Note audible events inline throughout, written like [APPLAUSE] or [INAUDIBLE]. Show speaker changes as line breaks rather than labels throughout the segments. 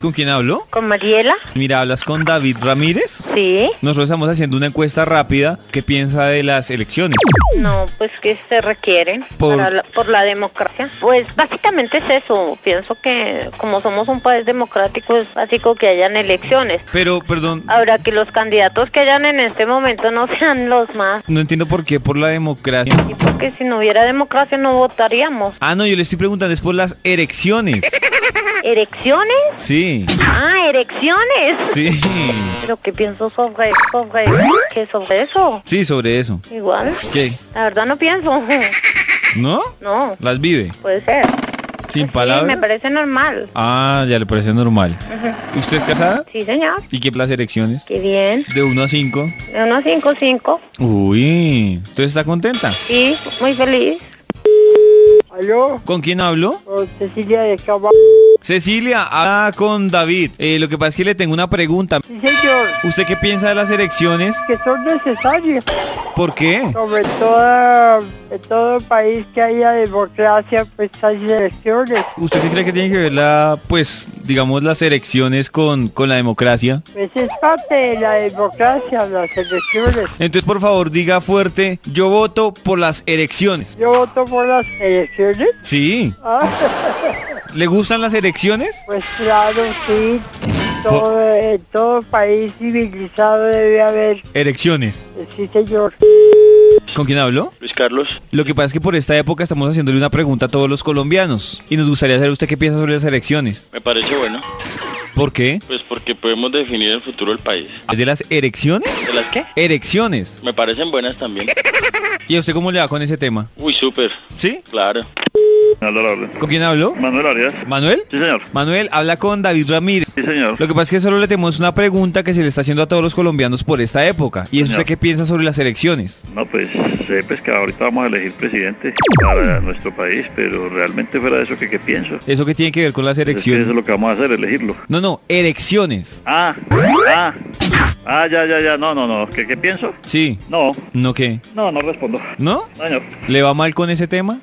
¿Con quién hablo?
¿Con Mariela?
Mira, hablas con David Ramírez.
Sí.
Nosotros estamos haciendo una encuesta rápida. ¿Qué piensa de las elecciones?
No, pues que se requieren
Por-
para la- por la democracia. Pues básicamente es eso. Pienso que como somos un país democrático es básico que hayan elecciones.
Pero, perdón,
Ahora que los candidatos que hayan en este momento no sean los más.
no entiendo por qué por la democracia.
Y porque si no hubiera democracia no votaríamos.
Ah, no, yo le estoy preguntando es por las erecciones.
¿Erecciones?
Sí,
Ah, erecciones.
sí.
Pero ¿qué pienso sobre, sobre, qué sobre eso?
Sí, sobre eso.
Igual.
¿Qué?
La verdad no pienso. [LAUGHS]
¿No?
No,
¿Las vive?
puede ser.
¿Sin
Sí, me
palabras?
parece normal.
Ah, ya le parece normal. ¿Usted es casada?
Sí, señor.
¿Y qué las erecciones?
Qué bien.
De 1 a 5.
De unos 5, 5.
Uy, ¿entonces está contenta?
Sí, muy feliz.
Aló,
¿Con quién hablo?
con Cecilia de Cava.
Cecilia, habla con David. Eh, lo que pasa es que le tengo una pregunta.
Sí, señor,
¿Usted qué piensa de las elecciones?
que son necesarios,
¿Por qué?
sobre todo en todo país que haya democracia, pues hay elecciones.
¿Usted qué cree que tiene que ver la, pues, digamos, las elecciones con, con la democracia?
Pues es parte de la democracia, las elecciones.
Entonces, por favor, diga fuerte, yo voto por las elecciones.
Yo voto por las elecciones.
Sí,
Ah,
¿le gustan las elecciones?
pues claro, sí. Todo, en todo país civilizado debe haber,
Elecciones.
sí señor.
¿Con quién hablo?
Luis Carlos,
Lo que pasa es que por esta época estamos haciéndole una pregunta a todos los colombianos y nos gustaría saber usted qué piensa sobre las elecciones.
me parece bueno,
¿Por qué?
pues porque podemos definir el futuro del país.
¿Es de las elecciones?
¿De las qué?
Elecciones.
Me parecen buenas también.
¿Y a usted cómo le va con ese tema?
Uy, súper,
¿Sí?
claro.
¿Con quién hablo?
Manuel Arias.
¿Manuel?
Sí, señor.
Manuel, habla con David Ramírez.
Sí, señor.
Lo que pasa es que solo le tenemos una pregunta que se le está haciendo a todos los colombianos por esta época. Y es
Señor.
usted qué piensa sobre las elecciones.
No, pues sé pues, que ahorita vamos a elegir presidente para nuestro país, pero realmente fuera de eso que, que pienso.
¿Eso qué tiene que ver con las
Es que eso
elecciones?
es lo que vamos a hacer, elegirlo.
No, no, elecciones.
Ah, ah, ah, ya, ya, ya, no, no, no, ¿qué, qué pienso?
Sí.
No,
¿No qué?
no, no respondo.
¿No?
No, señor.
¿Le va mal con ese tema?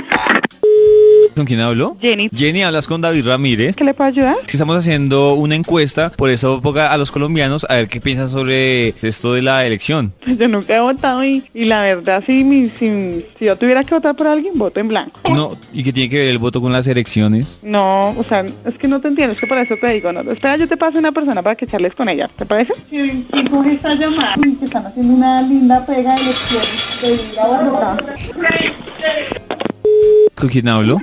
¿Con quién hablo?
Jenny,
Jenny, hablas con David Ramírez.
¿qué le puedo ayudar?
Es que Estamos haciendo una encuesta por esta época a los colombianos a ver qué piensan sobre esto de la elección.
Pues yo nunca he votado y, y la verdad, si, mi- si, si yo tuviera que votar por alguien, voto en blanco.
No, ¿y qué tiene que ver el voto con las elecciones?
No, o sea, es que no te entiendes, que por eso te digo, no, espera, yo te paso una persona para que charles con ella, ¿te parece? Sí, y coge esta llamada, que están haciendo una linda pega de elecciones de ir a Bogotá.
¿Con quién hablo?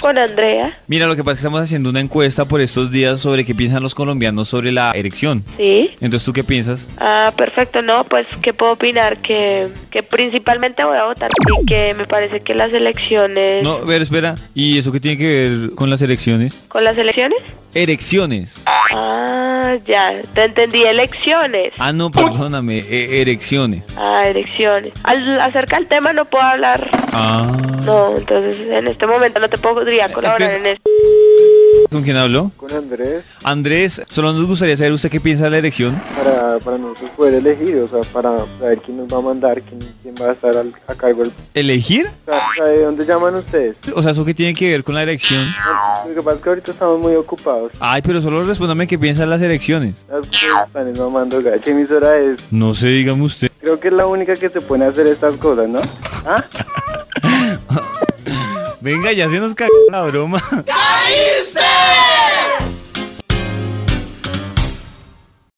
Con Andrea.
Mira, lo que pasa es que estamos haciendo una encuesta por estos días sobre qué piensan los colombianos sobre la erección.
Sí.
Entonces, ¿tú qué piensas?
Ah, perfecto, no, pues que puedo opinar que, que principalmente voy a votar y que me parece que las elecciones
No, pero espera. ¿Y eso qué tiene que ver con las elecciones?
con las elecciones.
Erecciones.
Ah, ya, te entendí, elecciones.
Ah, no, perdóname. e- erecciones.
Ah, elecciones. Al, acerca del tema no puedo hablar.
Ah.
No, entonces en este momento no te podría colaborar en esto.
¿Con quién habló?
Con Andrés,
Andrés, solo nos gustaría saber usted qué piensa de la erección.
para, para nosotros poder elegir, o sea, para saber quién nos va a mandar, quién, quién va a estar al- a cargo del
¿Elegir?
O sea, ¿De dónde llaman ustedes?
O sea, ¿eso qué tiene que ver con la erección?
Lo que pasa es que ahorita estamos muy ocupados.
Ay, pero solo respóndame qué piensan las elecciones.
Las cosas están mamando gallo. ¿Qué emisora es?
No sé, dígame usted.
Creo que es la única que se pone a hacer estas cosas, ¿no? ¿Ah?
Venga, ya se nos cagó la broma.